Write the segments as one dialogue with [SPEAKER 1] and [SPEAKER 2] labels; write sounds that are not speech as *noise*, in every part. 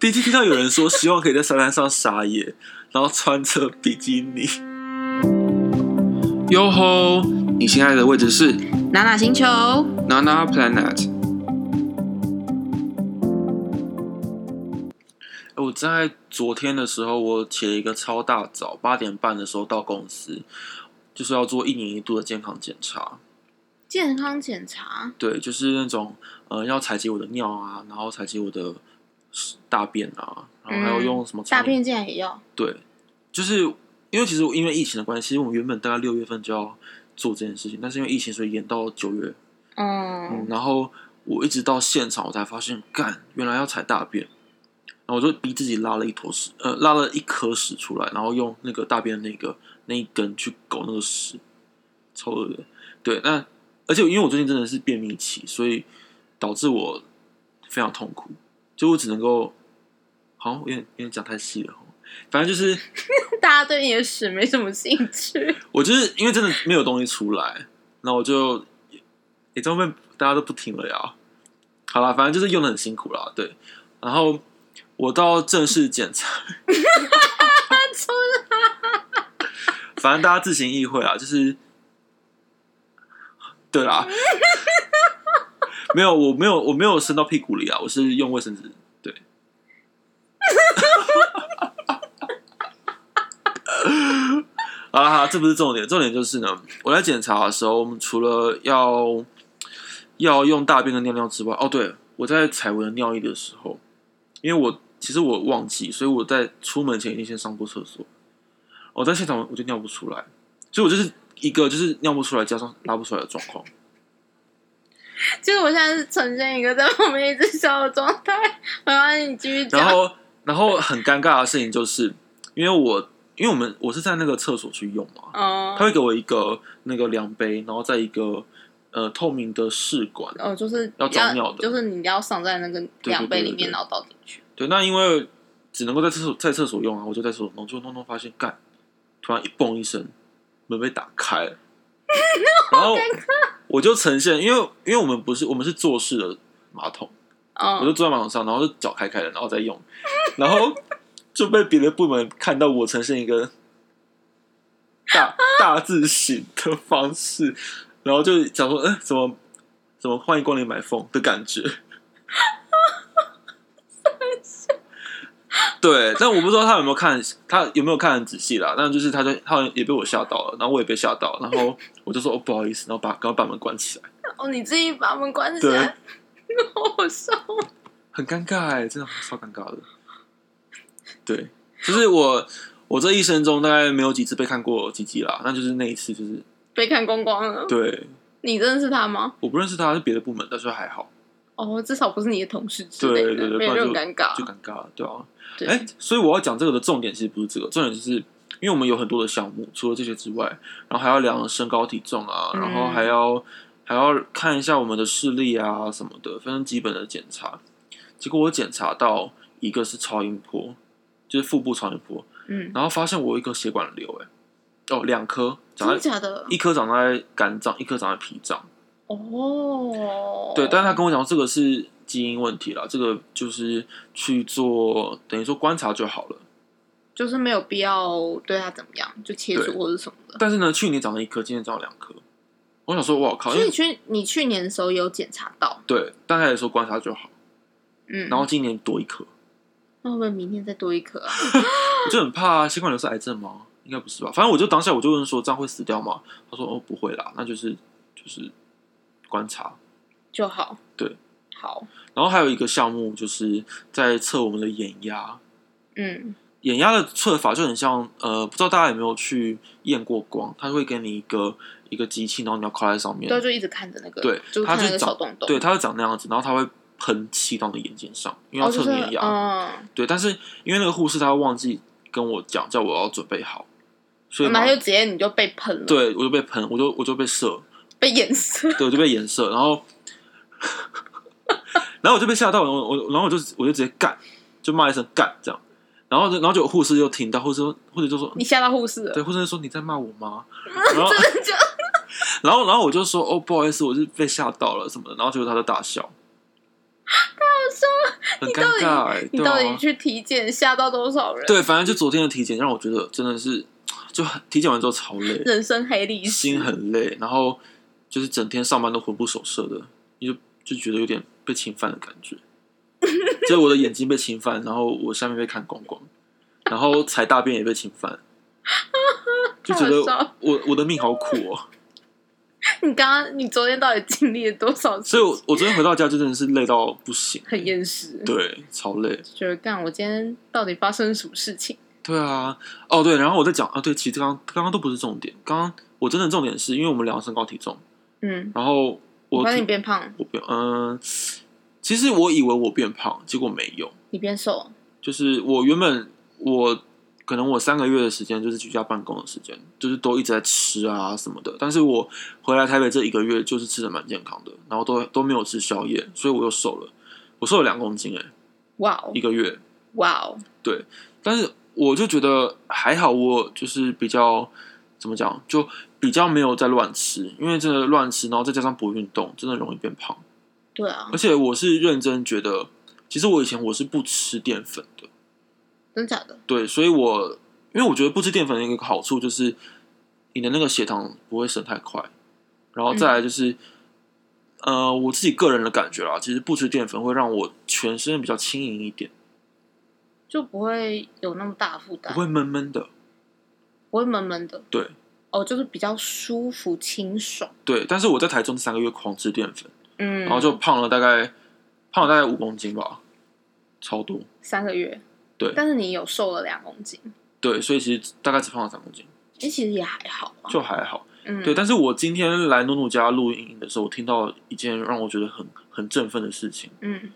[SPEAKER 1] 第一次听到有人说希望可以在沙滩上撒野，然后穿着比基尼。
[SPEAKER 2] 哟吼！你现在的位置是
[SPEAKER 3] 娜娜星球，
[SPEAKER 2] Nana Planet。
[SPEAKER 1] 哎我在昨天的时候，我起了一个超大早，八点半的时候到公司，就是要做一年一度的健康检查。
[SPEAKER 3] 健康检查，
[SPEAKER 1] 对，就是那种呃，要采集我的尿啊，然后采集我的大便啊，然后还有
[SPEAKER 3] 嗯
[SPEAKER 1] 用什么、
[SPEAKER 3] 大便竟然也要，
[SPEAKER 1] 对，就是因为其实因为疫情的关系，我们原本大概六月份就要做这件事情，但是因为疫情，所以延到九月。嗯
[SPEAKER 3] 嗯，，
[SPEAKER 1] 然后我一直到现场，我才发现，干，原来要踩大便。然后我就逼自己拉了一坨屎，呃，拉了一颗屎出来，然后用那个大便的那个那一根去勾那个屎，超恶的。对，那而且因为我最近真的是便秘期，所以导致我非常痛苦，就我只能够，好，有点有点讲太细了哦，反正就是
[SPEAKER 3] 大家对你的屎没什么兴趣， *laughs*
[SPEAKER 1] 我就是因为真的没有东西出来，那我就也这边大家都不听了呀。好啦，反正就是用的很辛苦啦，对。然后我到正式检查，反正大家自行意会啊，就是对啦，没有，我没有，我没有伸到屁股里啊，我是用卫生纸，对。啊哈，这不是重点，重点就是呢，我在检查的时候，我们除了要要用大便跟尿尿之外，哦，对，我在采我的尿液的时候，因为我其实我忘记，所以我在出门前一定先上过厕所。我在现场我就尿不出来，所以我就是一个就是尿不出来加上拉不出来的状况。
[SPEAKER 3] 就是我现在是呈现一个在旁边一直笑的状态，麻烦你继续
[SPEAKER 1] 然
[SPEAKER 3] 讲。
[SPEAKER 1] 后然后很尴尬的事情就是，因为我因为我们我是在那个厕所去用嘛，
[SPEAKER 3] 哦
[SPEAKER 1] 他，会给我一个那个量杯，然后再一个呃透明的试管。
[SPEAKER 3] 哦，就是
[SPEAKER 1] 要装尿的
[SPEAKER 3] 就是你要上在那个量杯里
[SPEAKER 1] 对对对对
[SPEAKER 3] 面，
[SPEAKER 1] 对
[SPEAKER 3] 然后倒进去。
[SPEAKER 1] 对，那因为只能够在厕所在厕所用啊，我就在厕所弄，就弄弄发现干，突然一嘣一声，门被打开了，然后我就呈现，因为因为我们不是我们是坐式的马桶，我就
[SPEAKER 3] 嗯，
[SPEAKER 1] 坐在马桶上，然后就脚开开的，然后再用，然后就被别的部门看到我呈现一个大大字型的方式，然后就想说，嗯、怎么怎么欢迎光临买凤的感觉。 *laughs* 对，但我不知道他有没有看，他有没有看很仔细啦。但就是他就他也被我吓到了，然后我也被吓到，然后我就说哦不好意思，然后把赶快把门关起来，
[SPEAKER 3] 哦，你自己把门关起
[SPEAKER 1] 对
[SPEAKER 3] 来， *laughs* 好笑。
[SPEAKER 1] 很尴尬哎、真的超尴尬的。对，就是我我这一生中大概没有几次被看过鸡鸡啦，那就是那一次，就是
[SPEAKER 3] 被看光光了，
[SPEAKER 1] 对
[SPEAKER 3] 你认识他吗？
[SPEAKER 1] 我不认识他，是别的部门的，所以还好，
[SPEAKER 3] 哦，至少不是你的同事之类
[SPEAKER 1] 对
[SPEAKER 3] 的，
[SPEAKER 1] 对对，
[SPEAKER 3] 没有
[SPEAKER 1] 不然
[SPEAKER 3] 任
[SPEAKER 1] 就
[SPEAKER 3] 何尴尬。
[SPEAKER 1] 就尴尬了，对啊。
[SPEAKER 3] 对，
[SPEAKER 1] 哎、所以我要讲这个的重点其实不是这个，重点就是因为我们有很多的项目，除了这些之外，然后还要量身高体重啊，
[SPEAKER 3] 嗯
[SPEAKER 1] 然后还要还要看一下我们的视力啊什么的，反正基本的检查。结果我检查到一个是超音波，就是腹部超音波，
[SPEAKER 3] 嗯，
[SPEAKER 1] 然后发现我有一颗血管瘤、哎，哦，两颗
[SPEAKER 3] 真
[SPEAKER 1] 长
[SPEAKER 3] 的
[SPEAKER 1] 在
[SPEAKER 3] 假的？
[SPEAKER 1] 一颗长在肝脏，一颗长在脾脏。
[SPEAKER 3] 哦，
[SPEAKER 1] 对，但是他跟我讲这个是基因问题啦，这个就是去做等于说观察就好了。
[SPEAKER 3] 就是没有必要对他怎么样，就切
[SPEAKER 1] 对
[SPEAKER 3] 除或者什么的。
[SPEAKER 1] 但是呢，去年长了一颗，今年长了两颗。我想说，我靠，因
[SPEAKER 3] 所以
[SPEAKER 1] 为
[SPEAKER 3] 去你去年的时候有检查到，
[SPEAKER 1] 对，大概来说观察就好。
[SPEAKER 3] 嗯，
[SPEAKER 1] 然后今年多一颗，
[SPEAKER 3] 那会不会明天再多一颗啊？
[SPEAKER 1] 我就很怕、啊、新冠瘤是癌症吗？应该不是吧？反正我就当下我就问说，这样会死掉吗？他说哦，不会啦，那就是就是观察。
[SPEAKER 3] 就好，
[SPEAKER 1] 对，
[SPEAKER 3] 好，
[SPEAKER 1] 然后还有一个项目就是在测我们的眼压，
[SPEAKER 3] 嗯，
[SPEAKER 1] 眼压的测法就很像，呃，不知道大家有没有去验过光，它会给你一个一个机器，然后你要靠在上面，
[SPEAKER 3] 对，就一直看着那个，
[SPEAKER 1] 对
[SPEAKER 3] 就
[SPEAKER 1] 他
[SPEAKER 3] 看那
[SPEAKER 1] 就
[SPEAKER 3] 个
[SPEAKER 1] 长
[SPEAKER 3] 小洞洞，
[SPEAKER 1] 对，，它会长那样子，然后它会喷气到你眼睛上，因为
[SPEAKER 3] 哦，
[SPEAKER 1] 要测
[SPEAKER 3] 就是
[SPEAKER 1] 你眼压。
[SPEAKER 3] 嗯，
[SPEAKER 1] 对，但是因为那个护士她忘记跟我讲，叫我要准备好，所以
[SPEAKER 3] 然
[SPEAKER 1] 嘛
[SPEAKER 3] 后哦就直接你就被喷了，，
[SPEAKER 1] 对我就被喷，我就我就被射，
[SPEAKER 3] 被眼色，
[SPEAKER 1] 对，我就被颜射，然后 *laughs* 然后我就被吓到，然后我然后我就我就直接干，就骂一声干这样，然后就然后就护士又听到，护士说护士就说
[SPEAKER 3] 你吓到护士了，
[SPEAKER 1] 对，护士就说你在骂我
[SPEAKER 3] *laughs*
[SPEAKER 1] 吗？然后
[SPEAKER 3] 真的就 *laughs*
[SPEAKER 1] 然后然后我就说哦不好意思，我是被吓到了什么的，然后结果他就大笑，很
[SPEAKER 3] 你
[SPEAKER 1] 尴
[SPEAKER 3] 到底
[SPEAKER 1] 尬哎、
[SPEAKER 3] 你
[SPEAKER 1] 对
[SPEAKER 3] 到
[SPEAKER 1] 啊
[SPEAKER 3] 底，去体检吓到多少人？
[SPEAKER 1] 对，反正就昨天的体检让我觉得真的是，就很体检完之后超累，
[SPEAKER 3] 人生黑历史。
[SPEAKER 1] 心很累，然后就是整天上班都魂不守舍的，你就就觉得有点被侵犯的感觉，就是我的眼睛被侵犯，然后我下面被看光光，然后踩大便也被侵
[SPEAKER 3] *laughs*
[SPEAKER 1] 犯，就觉
[SPEAKER 3] 太好笑
[SPEAKER 1] 得我我的命好苦哦、
[SPEAKER 3] *laughs* 你刚刚，你昨天到底经历了多少次？
[SPEAKER 1] 所以我我昨天回到家就真的是累到不行，
[SPEAKER 3] 很厌世，，
[SPEAKER 1] 嗯对，超累。
[SPEAKER 3] 觉得干，我今天到底发生了什么事情？
[SPEAKER 1] 对啊，哦对，然后我在讲啊，对，其实刚刚刚刚都不是重点，刚刚我真的重点是因为我们聊身高体重，
[SPEAKER 3] 嗯，
[SPEAKER 1] 然后我
[SPEAKER 3] 发现你
[SPEAKER 1] 体
[SPEAKER 3] 变胖，
[SPEAKER 1] 我变嗯、其实我以为我变胖，结果没有，
[SPEAKER 3] 你变瘦，
[SPEAKER 1] 就是我原本我可能我三个月的时间就是居家办公的时间，就是都一直在吃啊什么的，但是我回来台北这一个月就是吃的蛮健康的，然后都都没有吃宵夜，所以我又瘦了，我瘦了两公斤哎、
[SPEAKER 3] 哇哦
[SPEAKER 1] 一，个月，
[SPEAKER 3] 哇哦，
[SPEAKER 1] 但是我就觉得还好，我就是比较怎么讲，就比较没有在乱吃，因为真的乱吃，然后再加上不运动，真的容易变胖。
[SPEAKER 3] 对啊
[SPEAKER 1] 而，且我是认真觉得，其实我以前我是不吃淀粉的，
[SPEAKER 3] 真假的？
[SPEAKER 1] 对，所以我因为我觉得不吃淀粉的一个好处就是你的那个血糖不会升太快，然后再来就是。呃，我自己个人的感觉啦，其实不吃淀粉会让我全身比较轻盈一点，
[SPEAKER 3] 就不会有那么大的负担，
[SPEAKER 1] 不会闷闷的。
[SPEAKER 3] 不会闷闷的，
[SPEAKER 1] 对，
[SPEAKER 3] 哦，就是比较舒服清爽，
[SPEAKER 1] 对，但是我在台中三个月狂吃淀粉，
[SPEAKER 3] 嗯，
[SPEAKER 1] 然后就胖了大概胖了大概五公斤吧，超多。
[SPEAKER 3] 三个月，
[SPEAKER 1] 对
[SPEAKER 3] 但是你有瘦了两公斤，
[SPEAKER 1] 对，所以其实大概只胖了三公斤，
[SPEAKER 3] 哎，其实也还好啊，
[SPEAKER 1] 就还好。
[SPEAKER 3] 嗯，
[SPEAKER 1] 对，但是我今天来努努家录音的时候，我听到一件让我觉得很很振奋的事情。
[SPEAKER 3] 嗯，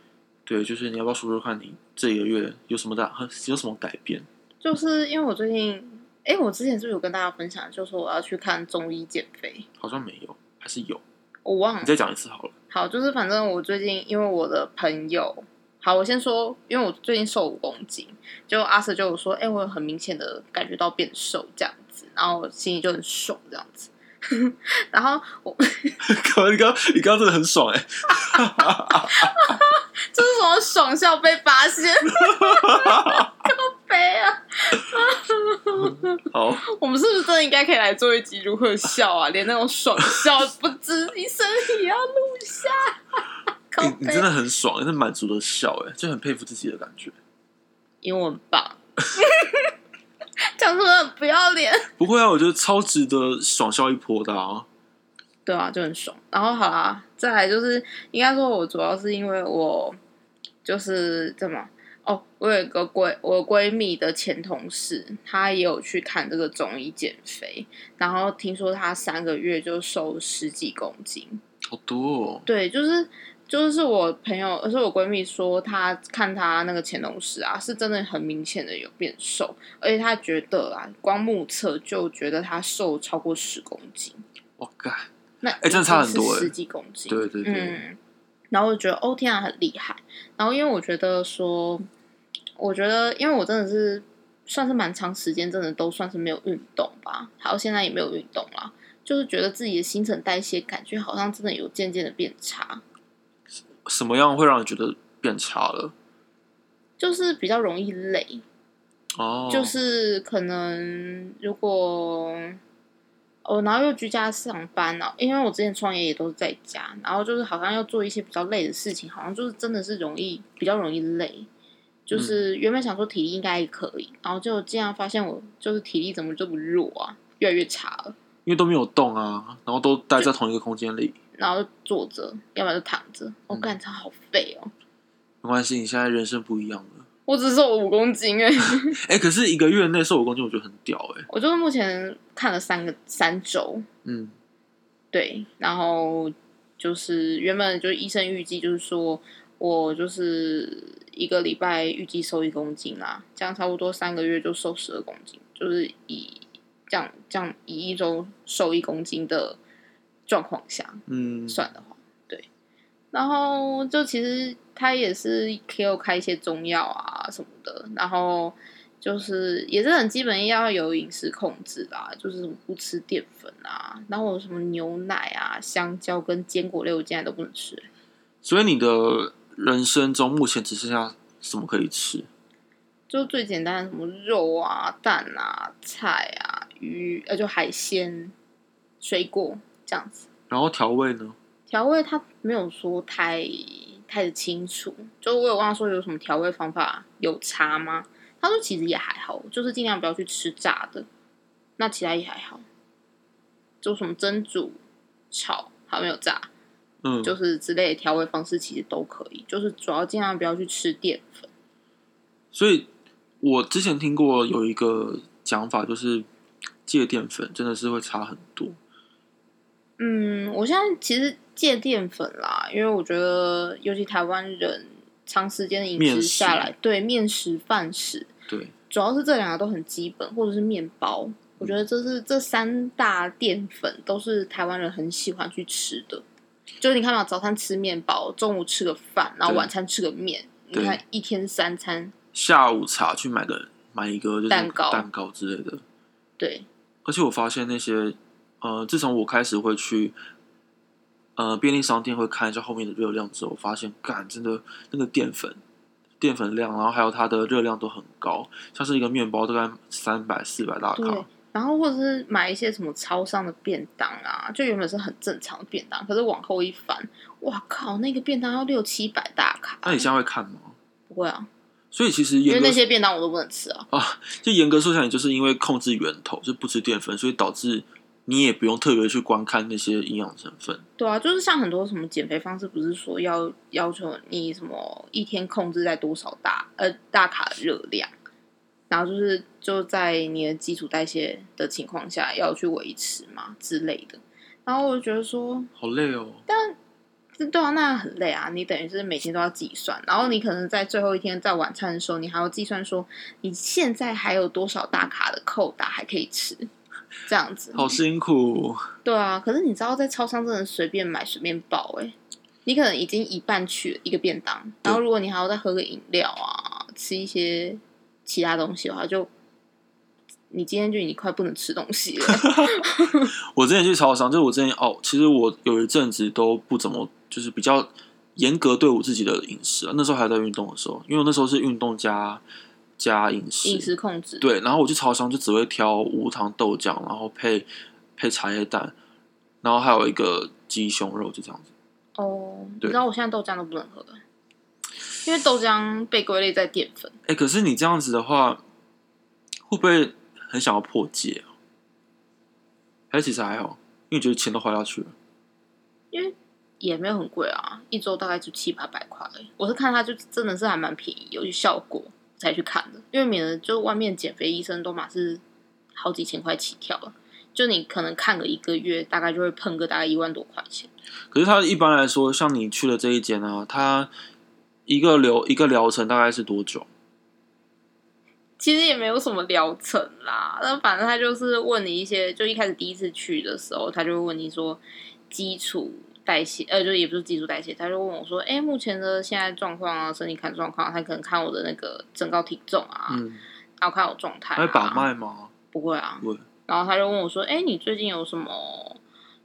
[SPEAKER 1] 对，就是你要不要说说看你这一个月有什么大有什么改变？
[SPEAKER 3] 就是因为我最近，哎，我之前是不是有跟大家分享，就是我要去看中医减肥，
[SPEAKER 1] 好像没有，还是有。
[SPEAKER 3] 我忘了
[SPEAKER 1] 你，再讲一次好了。 *laughs*
[SPEAKER 3] 好，就是反正我最近因为我的朋友，好，我先说，因为我最近瘦五公斤，就阿 Sir 就有说，哎、我有很明显的感觉到变瘦这样子，然后我心里就很爽这样子。 *laughs* 然后我
[SPEAKER 1] 哥，你刚你刚刚真的很爽哎、
[SPEAKER 3] 这是什么爽笑被发现？ *laughs* 靠背啊！
[SPEAKER 1] 好，
[SPEAKER 3] 我们是不是真的应该可以来做一集如何笑啊？连那种爽笑不止一声也要录下。靠
[SPEAKER 1] 哎你你
[SPEAKER 3] 背
[SPEAKER 1] 真的很爽，真的满足的笑哎、就很佩服自己的感觉。
[SPEAKER 3] 英文棒， *laughs* 讲什么很不要脸？
[SPEAKER 1] 不会啊，我觉得超值得爽笑一波的啊。
[SPEAKER 3] 对啊，就很爽。然后好啦，再来就是应该说，我主要是因为我就是怎么哦，我有一个闺我闺蜜的前同事，她也有去看这个中医减肥，然后听说她三个月就瘦十几公斤。
[SPEAKER 1] 好多哦，
[SPEAKER 3] 对，就是就是我朋友，而是我闺蜜说，她看她那个前同事啊，是真的很明显的有变瘦，而且她觉得啊，光目测就觉得她瘦超过十公斤。
[SPEAKER 1] 我干，
[SPEAKER 3] 那
[SPEAKER 1] 欸真的差很多欸
[SPEAKER 3] 十几公斤。
[SPEAKER 1] 对对对，
[SPEAKER 3] 嗯，然后我就觉得哦天啊，很厉害。然后因为我觉得说，我觉得因为我真的是算是蛮长时间，真的都算是没有运动吧，还有现在也没有运动啦，就是觉得自己的新陈代谢感觉好像真的有渐渐的变差，
[SPEAKER 1] 什么样会让你觉得变差了？
[SPEAKER 3] 就是比较容易累，
[SPEAKER 1] 哦，
[SPEAKER 3] 就是可能如果哦，然后又居家上班啊，因为我之前创业也都是在家，然后就是好像要做一些比较累的事情，好像就是真的是容易比较容易累。
[SPEAKER 1] 嗯
[SPEAKER 3] 就是原本想说体力应该也可以，然后就这样发现我就是体力怎么这么弱啊，越来越差了。
[SPEAKER 1] 因为都没有动啊，然后都待在同一个空间里，
[SPEAKER 3] 然后就坐着，要不然就躺着。哦我、
[SPEAKER 1] 嗯
[SPEAKER 3] 感觉好废哦！
[SPEAKER 1] 没关系，你现在人生不一样了。
[SPEAKER 3] 我只瘦五公斤哎、
[SPEAKER 1] 哎、可是一个月内瘦五公斤，我觉得很屌哎、
[SPEAKER 3] *laughs* 我就是目前看了三个三周，
[SPEAKER 1] 嗯，
[SPEAKER 3] 对，然后就是原本就医生预计就是说我就是一个礼拜预计瘦一公斤啦，这样差不多三个月就瘦十二公斤，就是以这样这样以一周瘦一公斤的状况下
[SPEAKER 1] 嗯，
[SPEAKER 3] 算的话，对。然后就其实他也是给我开一些中药啊什么的，然后就是也是很基本要有饮食控制啦，就是什么不吃淀粉啊，然后什么牛奶啊、香蕉跟坚果类我现在都不能吃。
[SPEAKER 1] 所以你的人生中目前只剩下什么可以吃？
[SPEAKER 3] 就最简单的什么肉啊、蛋啊、菜啊、鱼，呃，就海鲜、水果这样子。
[SPEAKER 1] 然后调味呢？
[SPEAKER 3] 调味它没有说太太的清楚，就我有问他说有什么调味方法有差吗？他说其实也还好，就是尽量不要去吃炸的，那其他也还好，就什么蒸煮、炒还没有炸，
[SPEAKER 1] 嗯，
[SPEAKER 3] 就是之类的调味方式其实都可以，就是主要尽量不要去吃淀粉。
[SPEAKER 1] 所以我之前听过有一个讲法，就是戒淀粉真的是会差很多。
[SPEAKER 3] 嗯，我现在其实戒淀粉啦，因为我觉得尤其台湾人长时间的饮
[SPEAKER 1] 面
[SPEAKER 3] 食
[SPEAKER 1] 食
[SPEAKER 3] 下来，对面食、饭食，
[SPEAKER 1] 对，
[SPEAKER 3] 主要是这两个都很基本，或者是面包。我觉得这是这三大淀粉都是台湾人很喜欢去吃的，就是你看嘛，早餐吃面包，中午吃个饭，然后
[SPEAKER 1] 对
[SPEAKER 3] 晚餐吃个面，你
[SPEAKER 1] 对
[SPEAKER 3] 看一天三餐，
[SPEAKER 1] 下午茶去买个买一个就是
[SPEAKER 3] 蛋糕
[SPEAKER 1] 蛋糕之类的。
[SPEAKER 3] 对，
[SPEAKER 1] 而且我发现那些，呃，自从我开始会去，呃，便利商店会看一下后面的热量之后，我发现，干，真的那个淀粉，淀粉量，然后还有它的热量都很高，像是一个面包大概三百四百大
[SPEAKER 3] 对
[SPEAKER 1] 卡，，
[SPEAKER 3] 然后或者是买一些什么超商的便当啊，就原本是很正常的便当，可是往后一翻，哇靠，那个便当要六七百大卡。
[SPEAKER 1] 那你现在会看吗？
[SPEAKER 3] 不会啊？
[SPEAKER 1] 所以其实
[SPEAKER 3] 因为
[SPEAKER 1] 严格
[SPEAKER 3] 那些便当我都不能吃啊。
[SPEAKER 1] 啊，就严格说起来，你就是因为控制源头，就不吃淀粉，所以导致你也不用特别去观看那些营养成分。
[SPEAKER 3] 对啊，就是像很多什么减肥方式，不是说要要求你什么一天控制在多少大呃大卡热量，然后就是就在你的基础代谢的情况下要去维持嘛之类的。然后我就觉得说，
[SPEAKER 1] 好累哦，
[SPEAKER 3] 这对啊，那很累啊！你等于是每天都要计算，然后你可能在最后一天在晚餐的时候，你还要计算说你现在还有多少大卡的扣打还可以吃，这样子。
[SPEAKER 1] 好辛苦。
[SPEAKER 3] 对啊，可是你知道在超商真的随便买随便爆哎、你可能已经一半去了一个便当，然后如果你还要再喝个饮料啊，吃一些其他东西的话，就你今天就已经快不能吃东
[SPEAKER 1] *laughs*
[SPEAKER 3] 西了。
[SPEAKER 1] 我之前去超商，就是我之前哦，其实我有一阵子都不怎么，就是比较严格对我自己的饮食啊。那时候还在运动的时候，因为我那时候是运动加加饮食，
[SPEAKER 3] 饮食控制，
[SPEAKER 1] 对，然后我去超商就只会挑无糖豆浆，然后配配茶叶蛋，然后还有一个鸡胸肉，就这样子。
[SPEAKER 3] 哦，你
[SPEAKER 1] 对
[SPEAKER 3] 知道我现在豆浆都不能喝，因为豆浆被归类在淀粉。
[SPEAKER 1] 哎、可是你这样子的话，会不会很想要破戒啊？还是其实还好，因为觉得钱都花下去了。
[SPEAKER 3] 也没有很贵啊，一周大概就七八百块而已。我是看它就真的是还蛮便宜，有去效果才去看的，因为免得就外面减肥医生都嘛是好几千块起跳了，就你可能看个一个月，大概就会碰个大概一万多块钱。
[SPEAKER 1] 可是它一般来说，像你去的这一间啊，它一个疗一个疗程大概是多久？
[SPEAKER 3] 其实也没有什么疗程啦，那反正他就是问你一些，就一开始第一次去的时候，他就会问你说基础代谢，呃，就也不是基础代谢，他就问我说，哎、目前的现在状况啊，身体看状况，他可能看我的那个身高体重啊，
[SPEAKER 1] 嗯，
[SPEAKER 3] 然后看我状态、啊。
[SPEAKER 1] 它会把脉吗？
[SPEAKER 3] 不会啊。
[SPEAKER 1] 不会
[SPEAKER 3] 然后他就问我说：“哎、你最近有什么，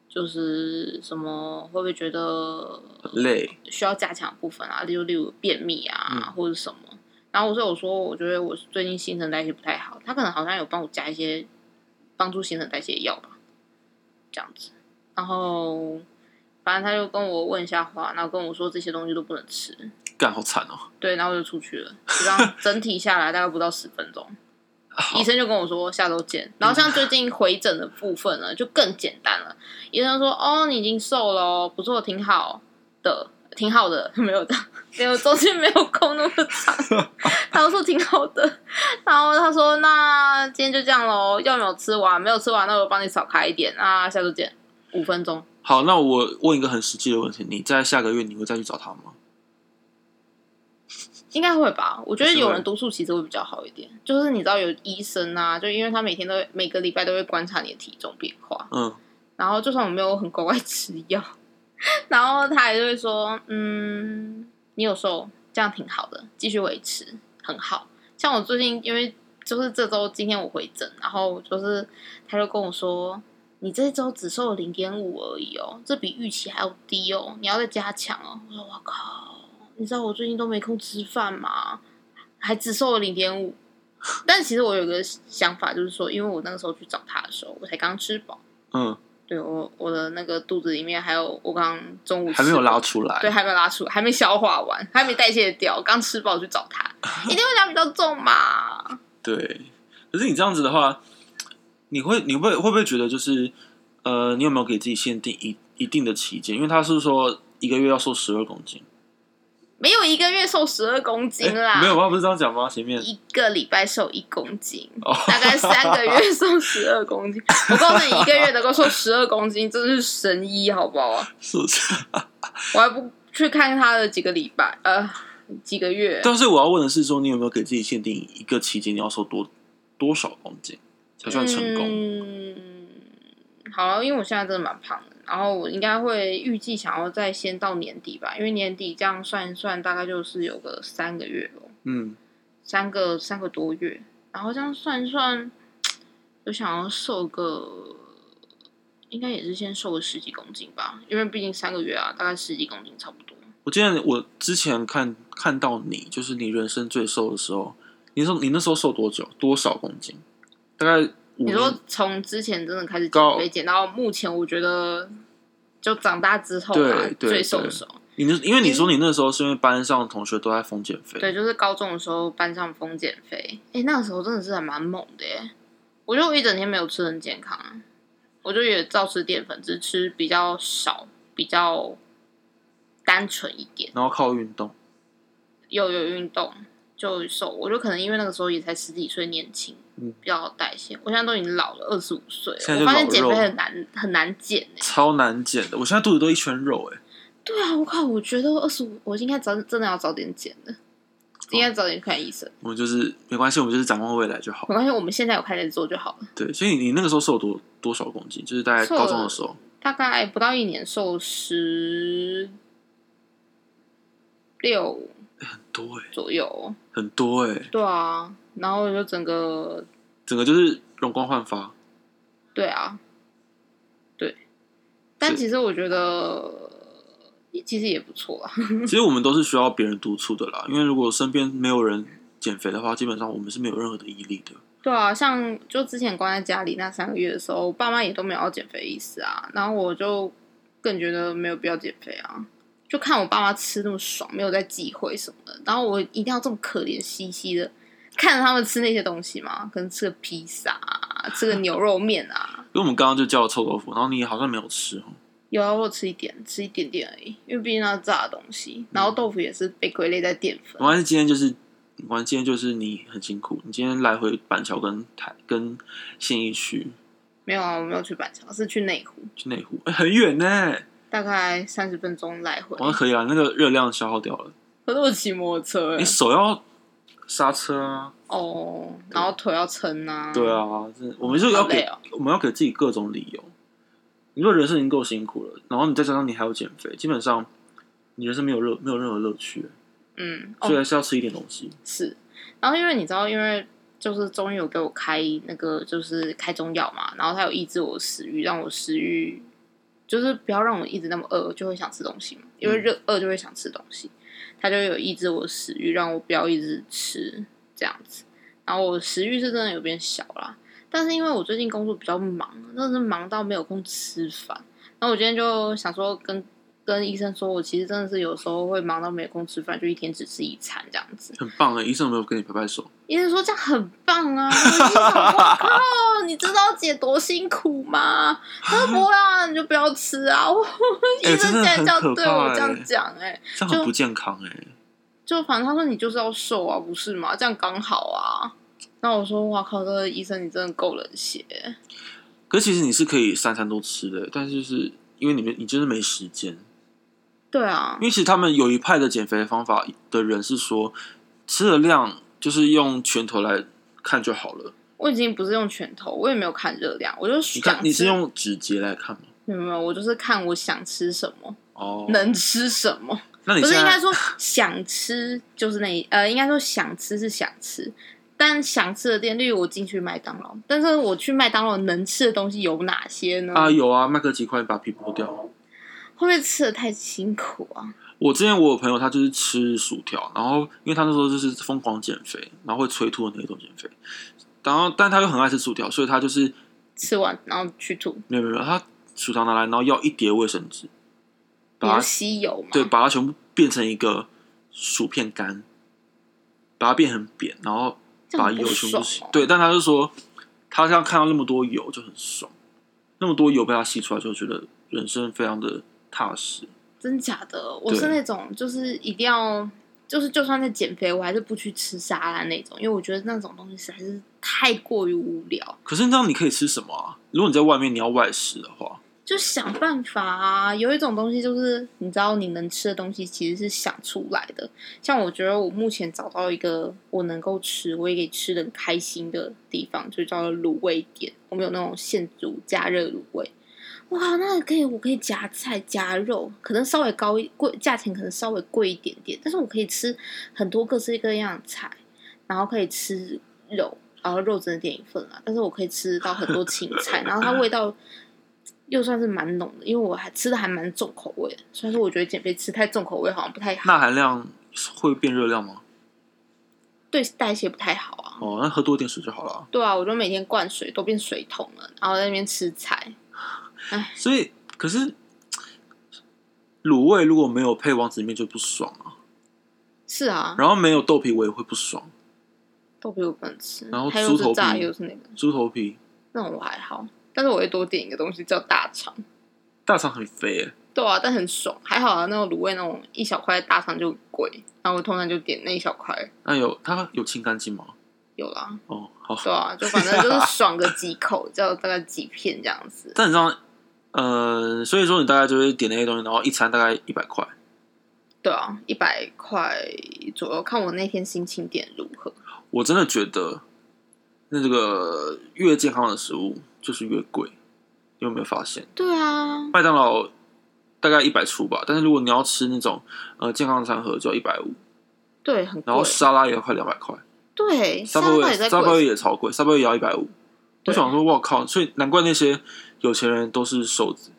[SPEAKER 3] 就是什么会不会觉得
[SPEAKER 1] 累，
[SPEAKER 3] 需要加强的部分啊？例如例如便秘啊，
[SPEAKER 1] 嗯
[SPEAKER 3] 或者什么？”然后我说：“我说我觉得我最近新陈代谢不太好，他可能好像有帮我加一些帮助新陈代谢的药吧，这样子。”然后反正他就跟我问一下话，然后跟我说这些东西都不能吃。
[SPEAKER 1] 干好惨
[SPEAKER 3] *laughs*
[SPEAKER 1] 哦、
[SPEAKER 3] 对，然后我就出去了，就这样整体下来大概不到十分钟，医生就跟我说下周见。然后像最近回诊的部分
[SPEAKER 1] 嗯
[SPEAKER 3] 呢，就更简单了。医生说：“哦，你已经瘦了哦，不错，挺好的，挺好的， *laughs* 没有的，没有中间没有空那么长。” *laughs* 他说：“挺好的。”然后他说：“那今天就这样喽，药没有吃完，没有吃完，那我帮你少开一点。那下周见，五分钟。
[SPEAKER 1] 好，那我问一个很实际的问题：你在下个月你会再去找他吗？
[SPEAKER 3] 应该会吧，我觉得
[SPEAKER 1] 还是会
[SPEAKER 3] 有人督促其实会比较好一点。就是你知道有医生啊，就因为他每天都会每个礼拜都会观察你的体重变化，
[SPEAKER 1] 嗯，
[SPEAKER 3] 然后就算我没有很乖乖吃药， *laughs* 然后他还是会说，嗯，你有瘦，这样挺好的，继续维持，很好。像我最近因为就是这周今天我回诊，然后就是他就跟我说，你这周只瘦了零点五而已哦，这比预期还要低哦，你要再加强哦。我说我靠，你知道我最近都没空吃饭嘛，还只瘦了零点五。 *laughs* 但其实我有个想法，就是说，因为我那个时候去找他的时候，我才刚吃饱，
[SPEAKER 1] 嗯，
[SPEAKER 3] 对我我的那个肚子里面还有我刚中午
[SPEAKER 1] 还没有
[SPEAKER 3] 吃过
[SPEAKER 1] 拉出来。
[SPEAKER 3] 对，还没有拉出，还没消化完，还没代谢掉，刚吃饱去找他，
[SPEAKER 1] *laughs*
[SPEAKER 3] 一定会量比较重嘛。
[SPEAKER 1] 对，可是你这样子的话，你会你会会不会觉得就是呃，你有没有给自己限定一一定的期间？因为他是说一个月要瘦十二公斤，哎
[SPEAKER 3] 没有一个月瘦十二公斤啦，
[SPEAKER 1] 诶没有吗？不是这样讲吗？前面
[SPEAKER 3] 一个礼拜瘦一公斤，
[SPEAKER 1] 哦
[SPEAKER 3] 大概三个月 *laughs* 瘦十二公斤。我告诉你，一个月能够瘦十二公斤，真是神医，好不好？
[SPEAKER 1] 是不是？
[SPEAKER 3] 我还不去看他的几个礼拜，呃，几个月。
[SPEAKER 1] 但是我要问的是说，你有没有给自己限定一个期间你要瘦多多少公斤才算成功？
[SPEAKER 3] 嗯，好，因为我现在真的蛮胖的，然后我应该会预计想要再先到年底吧，因为年底这样算一算，大概就是有个三个月哦，
[SPEAKER 1] 嗯，
[SPEAKER 3] 三个三个多月，然后这样算一算，我想要瘦个，应该也是先瘦个十几公斤吧，因为毕竟三个月啊，大概十几公斤差不多。
[SPEAKER 1] 我记得我之前看看到你，就是你人生最瘦的时候，你说你那时候瘦多久？多少公斤？大概五
[SPEAKER 3] 你说
[SPEAKER 1] 年。
[SPEAKER 3] 从之前真的开始
[SPEAKER 1] 高
[SPEAKER 3] 减肥减到目前，我觉得就长大之后啊
[SPEAKER 1] 对，对
[SPEAKER 3] 最瘦的
[SPEAKER 1] 对
[SPEAKER 3] 时候。
[SPEAKER 1] 你那因为你说你那时候是因为班上同学都在疯减肥，
[SPEAKER 3] 嗯对，就是高中的时候班上疯减肥，哎、那个时候真的是还蛮猛的耶！我就一整天没有吃很健康啊，我就也照吃淀粉，只吃比较少，比较单纯一点，
[SPEAKER 1] 然后靠运动。
[SPEAKER 3] 又有运动就瘦。我就可能因为那个时候也才十几岁，年轻，
[SPEAKER 1] 嗯
[SPEAKER 3] 比较有代谢。我现在都已经老了，二十五岁了，
[SPEAKER 1] 现在
[SPEAKER 3] 我
[SPEAKER 1] 就
[SPEAKER 3] 发现
[SPEAKER 1] 老
[SPEAKER 3] 减肥
[SPEAKER 1] 肉
[SPEAKER 3] 很难很难减哎。
[SPEAKER 1] 超难减的，我现在肚子都一圈肉哎、
[SPEAKER 3] 对啊，我靠，我觉得二十五，我应该早真的要早点减
[SPEAKER 1] 哦
[SPEAKER 3] 的，应该早点去看医生。
[SPEAKER 1] 我们就是没关系，我们就是展望未来就好
[SPEAKER 3] 没。关系，我们现在有开始做就好了。
[SPEAKER 1] 对，所以你那个时候瘦多多少公斤？就是大概
[SPEAKER 3] 瘦
[SPEAKER 1] 高中的时候，
[SPEAKER 3] 大概不到一年瘦十六
[SPEAKER 1] 很多哎、
[SPEAKER 3] 左右，
[SPEAKER 1] 很多哎、
[SPEAKER 3] 对啊，然后就整个
[SPEAKER 1] 整个就是容光焕发。
[SPEAKER 3] 对啊，对，但
[SPEAKER 1] 是
[SPEAKER 3] 其实我觉得其实也不错啦，
[SPEAKER 1] 其实我们都是需要别人督促的啦，因为如果身边没有人减肥的话，基本上我们是没有任何的毅力的。
[SPEAKER 3] 对啊，像就之前关在家里那三个月的时候，我爸妈也都没有要减肥意思啊，然后我就更觉得没有必要减肥啊。就看我爸妈吃那么爽，没有在忌讳什么的，然后我一定要这么可怜兮兮的看着他们吃那些东西嘛，可能吃个披萨、啊，吃个牛肉面啊，
[SPEAKER 1] 因为我们刚刚就叫了臭豆腐，然后你好像没有吃哦。
[SPEAKER 3] 有啊，我有吃一点，吃一点点而已，因为毕竟那是炸的东西，然后豆腐也是被归类在淀
[SPEAKER 1] 没
[SPEAKER 3] 粉，
[SPEAKER 1] 关系，今天就是，没关系，今天就是你很辛苦，你今天来回板桥跟台跟信义区
[SPEAKER 3] 没有啊，我没有去板桥，是去内湖，
[SPEAKER 1] 去内湖，哎、很远呢、
[SPEAKER 3] 大概三十分钟来回，
[SPEAKER 1] 我说可以啊，那个热量消耗掉了。
[SPEAKER 3] 可是我骑摩托车、欸，
[SPEAKER 1] 你手要刹车啊，
[SPEAKER 3] 哦，然后腿要撑啊。
[SPEAKER 1] 对，啊，这我们就是要
[SPEAKER 3] 好
[SPEAKER 1] 给、
[SPEAKER 3] 累哦
[SPEAKER 1] 我们要给自己各种理由。你说人生已经够辛苦了，然后你再加上你还要减肥，基本上你人生没有乐没有任何乐趣，
[SPEAKER 3] 嗯，
[SPEAKER 1] 所以
[SPEAKER 3] 哦
[SPEAKER 1] 还是要吃一点东西。
[SPEAKER 3] 是。然后因为你知道，因为就是中医有给我开那个就是开中药嘛，然后它有抑制我的食欲，让我食欲就是不要让我一直那么饿，就会想吃东西嘛，因为
[SPEAKER 1] 嗯
[SPEAKER 3] 热饿就会想吃东西，它就有抑制我的食欲，让我不要一直吃这样子。然后我食欲是真的有变小啦，但是因为我最近工作比较忙，真的是忙到没有空吃饭。然后我今天就想说跟跟医生说，我其实真的是有时候会忙到没有空吃饭，就一天只吃一餐这样子。
[SPEAKER 1] 很棒哎、医生有没有跟你拍拍手？
[SPEAKER 3] 医生说这样很棒啊！我 *laughs* 就想说哇靠，你知道姐多辛苦吗？他说不会啊，你就不要吃啊。 *laughs* 我
[SPEAKER 1] 哎
[SPEAKER 3] 医生竟
[SPEAKER 1] 真的很
[SPEAKER 3] 然这样
[SPEAKER 1] 可
[SPEAKER 3] 对
[SPEAKER 1] 怕
[SPEAKER 3] 我
[SPEAKER 1] 哎
[SPEAKER 3] 这样讲，哎，
[SPEAKER 1] 这样很不健康哎、
[SPEAKER 3] 就反正他说你就是要瘦啊，不是吗？这样刚好啊。那我说哇靠，这个医生你真的够冷血。
[SPEAKER 1] 可是其实你是可以三餐都吃的，但是就是因为你们你就是没时间，
[SPEAKER 3] 对啊
[SPEAKER 1] 因，为其实他们有一派的减肥方法的人是说，吃的量就是用拳头来看就好了。
[SPEAKER 3] 我已经不是用拳头，我也没有看热量，我就
[SPEAKER 1] 你
[SPEAKER 3] 想
[SPEAKER 1] 看你是
[SPEAKER 3] 吃
[SPEAKER 1] 用指节来看吗？
[SPEAKER 3] 没有没有，我就是看我想吃什么，
[SPEAKER 1] 哦，
[SPEAKER 3] 能吃什么。
[SPEAKER 1] 那你
[SPEAKER 3] 不
[SPEAKER 1] 现
[SPEAKER 3] 是应该
[SPEAKER 1] 在
[SPEAKER 3] 说想吃就是那一呃，应该说想吃是想吃，但想吃的店，例如我进去麦当劳，但是我去麦当劳能吃的东西有哪些呢？
[SPEAKER 1] 啊啊有啊，麦克鸡块把皮剥掉，
[SPEAKER 3] 会不会吃的太辛苦啊？
[SPEAKER 1] 我之前我有朋友，他就是吃薯条，然后因为他那时候就是疯狂减肥，然后会催吐的那种减肥，然后但他又很爱吃薯条，所以他就是
[SPEAKER 3] 吃完然后去吐，
[SPEAKER 1] 没有没有没有，他薯条拿来，然后要一叠卫生纸，
[SPEAKER 3] 你
[SPEAKER 1] 把
[SPEAKER 3] 是
[SPEAKER 1] 它
[SPEAKER 3] 吸油嘛？
[SPEAKER 1] 啊对，把它全部变成一个薯片干，把它变很扁，然后
[SPEAKER 3] 这样
[SPEAKER 1] 把
[SPEAKER 3] 很不
[SPEAKER 1] 油全部
[SPEAKER 3] 爽
[SPEAKER 1] 吸
[SPEAKER 3] 哦。
[SPEAKER 1] 对，但他就说，他这样看到那么多油就很爽，那么多油被他吸出来，就觉得人生非常的踏实。
[SPEAKER 3] 真假的？我
[SPEAKER 1] 对
[SPEAKER 3] 是那种就是一定要，就是就算在减肥，我还是不去吃沙拉那种，因为我觉得那种东西实在是太过于无聊，
[SPEAKER 1] 可是你知道你可以吃什么啊？如果你在外面你要外食的话，
[SPEAKER 3] 就想办法啊。有一种东西就是你知道你能吃的东西其实是想出来的，像我觉得我目前找到一个我能够吃，我也可以吃的开心的地方，就叫做卤味店。我们有那种现煮加热卤味。哇，那个可以，我可以夹菜夹肉，可能稍微高一贵，价钱可能稍微贵一点点，但是我可以吃很多各式各样的菜，然后可以吃肉，然后肉只能点一份啦，但是我可以吃到很多青菜，然后它味道又算是蛮浓的，因为我还吃的还蛮重口味的，虽然说我觉得减肥吃太重口味好像不太好，
[SPEAKER 1] 钠含量会变热量吗？
[SPEAKER 3] 对代谢不太好啊。
[SPEAKER 1] 哦，那喝多一点水就好了啊。
[SPEAKER 3] 对啊，我就每天灌水都变水桶了，然后在那边吃菜。
[SPEAKER 1] 所以，可是卤味如果没有配王子面就不爽啊，
[SPEAKER 3] 是啊，
[SPEAKER 1] 然后没有豆皮我也会不爽，
[SPEAKER 3] 豆皮我不能吃，
[SPEAKER 1] 然后
[SPEAKER 3] 还
[SPEAKER 1] 猪
[SPEAKER 3] 有
[SPEAKER 1] 头
[SPEAKER 3] 是
[SPEAKER 1] 皮
[SPEAKER 3] 炸，又是那个，
[SPEAKER 1] 猪头皮
[SPEAKER 3] 那种我还好，但是我会多点一个东西叫大肠。
[SPEAKER 1] 大肠很肥、欸，
[SPEAKER 3] 对啊，但很爽，还好啊。那种卤味那种一小块的大肠就很贵，然后我通常就点那一小块。
[SPEAKER 1] 那有它有清干净吗？
[SPEAKER 3] 有啦，
[SPEAKER 1] 哦，好。
[SPEAKER 3] 对啊，就反正就是爽个几口，叫大概几片这样子。
[SPEAKER 1] 但你知道，呃，所以说你大概就是点那些东西，然后一餐大概一百块。
[SPEAKER 3] 对啊，一百块左右，看我那天心情点如何。
[SPEAKER 1] 我真的觉得，那这个越健康的食物就是越贵，你有没有发现？
[SPEAKER 3] 对啊，
[SPEAKER 1] 麦当劳大概一百出吧，但是如果你要吃那种呃健康的餐盒，就要一百五，
[SPEAKER 3] 对，很贵
[SPEAKER 1] 然后。沙拉也要快两百块，
[SPEAKER 3] 对，
[SPEAKER 1] 沙
[SPEAKER 3] 沙
[SPEAKER 1] 包
[SPEAKER 3] 拉也
[SPEAKER 1] 也
[SPEAKER 3] 在
[SPEAKER 1] 沙包
[SPEAKER 3] 贵。
[SPEAKER 1] 也超贵，沙包也要一百五。我
[SPEAKER 3] 对
[SPEAKER 1] 想说，我靠！所以难怪那些有钱人都是瘦子。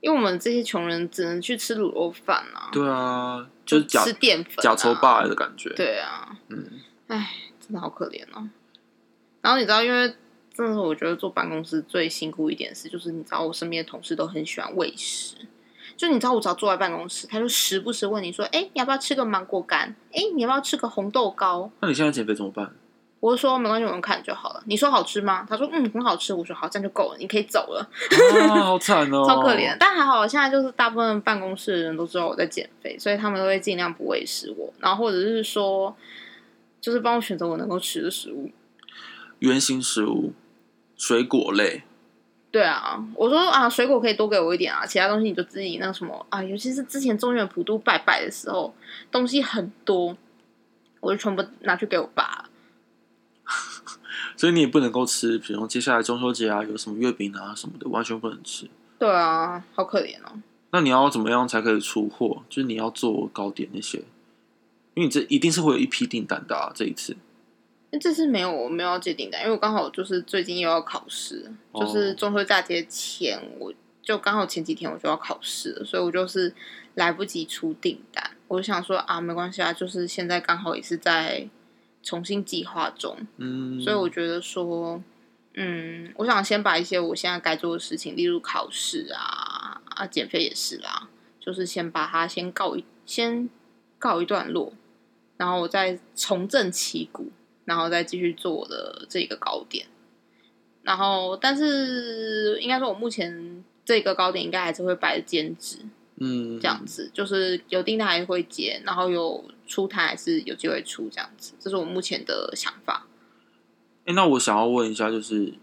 [SPEAKER 3] 因为我们这些穷人只能去吃卤肉饭啊，
[SPEAKER 1] 对啊，就
[SPEAKER 3] 就是
[SPEAKER 1] 假
[SPEAKER 3] 吃淀粉、啊，
[SPEAKER 1] 假愁。霸的感觉。
[SPEAKER 3] 对啊，
[SPEAKER 1] 嗯。
[SPEAKER 3] 唉，真的好可怜哦。然后你知道，因为真的是我觉得坐办公室最辛苦一点是，就是你知道我身边的同事都很喜欢喂食，就你知道我只要坐在办公室，他就时不时问你说，哎、你要不要吃个芒果干？哎、你要不要吃个红豆糕？
[SPEAKER 1] 那你现在减肥怎么办？
[SPEAKER 3] *laughs* 我就说没关系，我们看就好了。你说好吃吗？他说嗯，很好吃。我说好，这样就够了，你可以走了。
[SPEAKER 1] 啊，好惨哦，
[SPEAKER 3] 超可怜。。但还好，现在就是大部分办公室的人都知道我在减肥，所以他们都会尽量不喂食我，然后或者是说，就是帮我选择我能够吃的食物。
[SPEAKER 1] 原型食物，水果类，
[SPEAKER 3] 对啊，我说啊，水果可以多给我一点啊，其他东西你就自己那什么啊，尤其是之前中原普渡拜拜的时候，东西很多，我就全部拿去给我爸。
[SPEAKER 1] 所以你也不能够吃，比如说接下来中秋节啊，有什么月饼啊什么的，完全不能吃。
[SPEAKER 3] 对啊，好可怜哦。
[SPEAKER 1] 那你要怎么样才可以出货？就是你要做糕点那些，因为你这一定是会有一批订单的、啊。这一次，
[SPEAKER 3] 那这次没有，我没有要接订单，因为我刚好就是最近又要考试，
[SPEAKER 1] 哦
[SPEAKER 3] 就是中秋假期前，我就刚好前几天我就要考试了，所以我就是来不及出订单。我就想说啊，没关系啊，就是现在刚好也是在重新计划中，
[SPEAKER 1] 嗯，
[SPEAKER 3] 所以我觉得说，嗯，我想先把一些我现在该做的事情，例如考试啊啊，减肥也是啦，就是先把它先告一先告一段落，然后我再重振旗鼓，然后再继续做我的这个高点。然后，但是应该说，我目前这个高点应该还是会摆兼职
[SPEAKER 1] 嗯
[SPEAKER 3] 这样子，就是有订单还是会接，然后有出摊还是有机会出这样子，这是我目前的想法。
[SPEAKER 1] 哎、那我想要问一下，就是因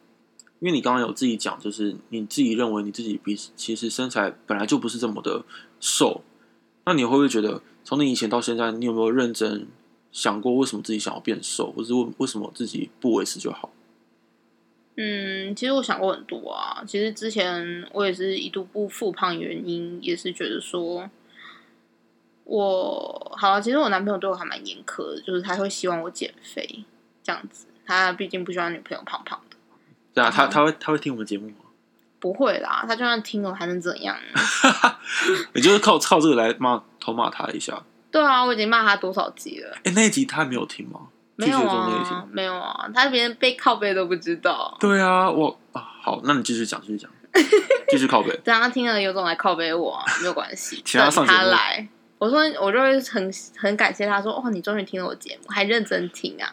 [SPEAKER 1] 为你刚刚有自己讲，就是你自己认为你自己比其实身材本来就不是这么的瘦，那你会不会觉得从你以前到现在，你有没有认真想过为什么自己想要变瘦，或是为为什么自己不维持就好？
[SPEAKER 3] 嗯，其实我想过很多啊。其实之前我也是一度不复胖，原因也是觉得说，我好、啊，其实我男朋友对我还蛮严苛的，就是他会希望我减肥这样子。他毕竟不喜欢女朋友胖胖的，
[SPEAKER 1] 对啊，
[SPEAKER 3] 然后
[SPEAKER 1] 他他会他会听我们节目吗？ *laughs*
[SPEAKER 3] 不会啦，他就算听了还能怎样？
[SPEAKER 1] 也就是靠靠这个来骂偷骂他一下。
[SPEAKER 3] *laughs* 对啊，我已经骂他多少集了？
[SPEAKER 1] 哎、那一集他没有听吗？
[SPEAKER 3] 没有
[SPEAKER 1] 拒绝中那一集
[SPEAKER 3] 啊，没有啊，他连背靠背都不知道。
[SPEAKER 1] 对啊，我啊好，那你继续讲，继续讲，继续靠北。
[SPEAKER 3] 等他听了有种来靠背我、啊，没有关
[SPEAKER 1] *laughs*
[SPEAKER 3] 系，
[SPEAKER 1] 请他
[SPEAKER 3] 等
[SPEAKER 1] 上节目
[SPEAKER 3] 他来。我说，我就会很很感谢他说，哦，你终于听了我节目，还认真听
[SPEAKER 1] *laughs*
[SPEAKER 3] 啊，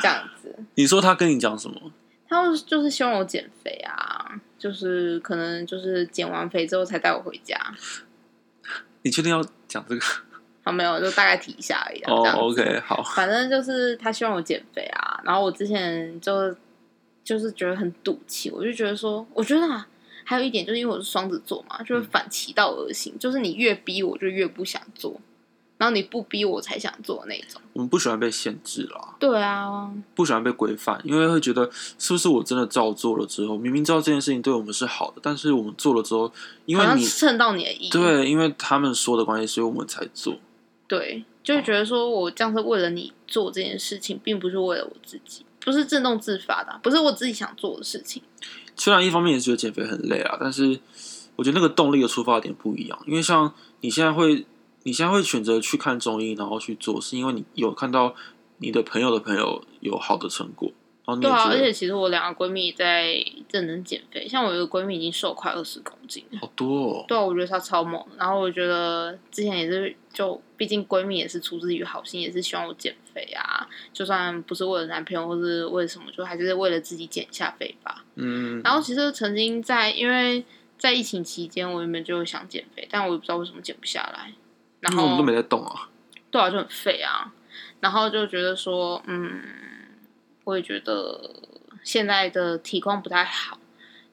[SPEAKER 3] 这样子。
[SPEAKER 1] *laughs* 你说他跟你讲什么？
[SPEAKER 3] 他就是就是希望我减肥啊，就是可能就是减完肥之后才带我回家，
[SPEAKER 1] 你确定要讲
[SPEAKER 3] *laughs*
[SPEAKER 1] 这个？
[SPEAKER 3] 好没有，就大概提一下而已、啊。
[SPEAKER 1] 哦
[SPEAKER 3] 这样子
[SPEAKER 1] ，OK，好，
[SPEAKER 3] 反正就是他希望我减肥啊，然后我之前就就是觉得很赌气，我就觉得说，我觉得啊，还有一点就是因为我是双子座嘛，
[SPEAKER 1] 嗯
[SPEAKER 3] 就是反其道而行，就是你越逼我就越不想做，然后你不逼我才想做那种。
[SPEAKER 1] 我们不喜欢被限制啦，
[SPEAKER 3] 对啊，
[SPEAKER 1] 不喜欢被规范，因为会觉得是不是我真的照做了之后，明明知道这件事情对我们是好的，但是我们做了之后，因
[SPEAKER 3] 好
[SPEAKER 1] 为
[SPEAKER 3] 像
[SPEAKER 1] 你
[SPEAKER 3] 蹭到你的意。
[SPEAKER 1] 对，因为他们说的关系，所以我们才做。
[SPEAKER 3] 对，就会觉得说我这样是为了你做这件事情，并不是为了我自己，不是自动自发的啊、不是我自己想做的事情。
[SPEAKER 1] 虽然一方面也是觉得减肥很累啊，但是我觉得那个动力的出发点不一样。因为像你现在会，你现在会选择去看中医，然后去做，是因为你有看到你的朋友的朋友有好的成果，然后你也
[SPEAKER 3] 对啊，
[SPEAKER 1] 觉
[SPEAKER 3] 而
[SPEAKER 1] 得
[SPEAKER 3] 且其实我两个闺蜜在认真减肥，像我有个闺蜜已经瘦快二十公斤了，
[SPEAKER 1] 好多哦。
[SPEAKER 3] 对啊，我觉得她超猛。然后我觉得之前也是，就毕竟闺蜜也是出自于好心，也是希望我减肥啊，就算不是为了男朋友或是为了什么，就还是为了自己减一下肥吧。
[SPEAKER 1] 嗯，
[SPEAKER 3] 然后其实曾经在因为在疫情期间，我原本就想减肥，但我也不知道为什么减不下来。然
[SPEAKER 1] 因为我们
[SPEAKER 3] 后
[SPEAKER 1] 都没在动啊。
[SPEAKER 3] 对啊，就很废啊。然后就觉得说，嗯，我也觉得现在的体况不太好。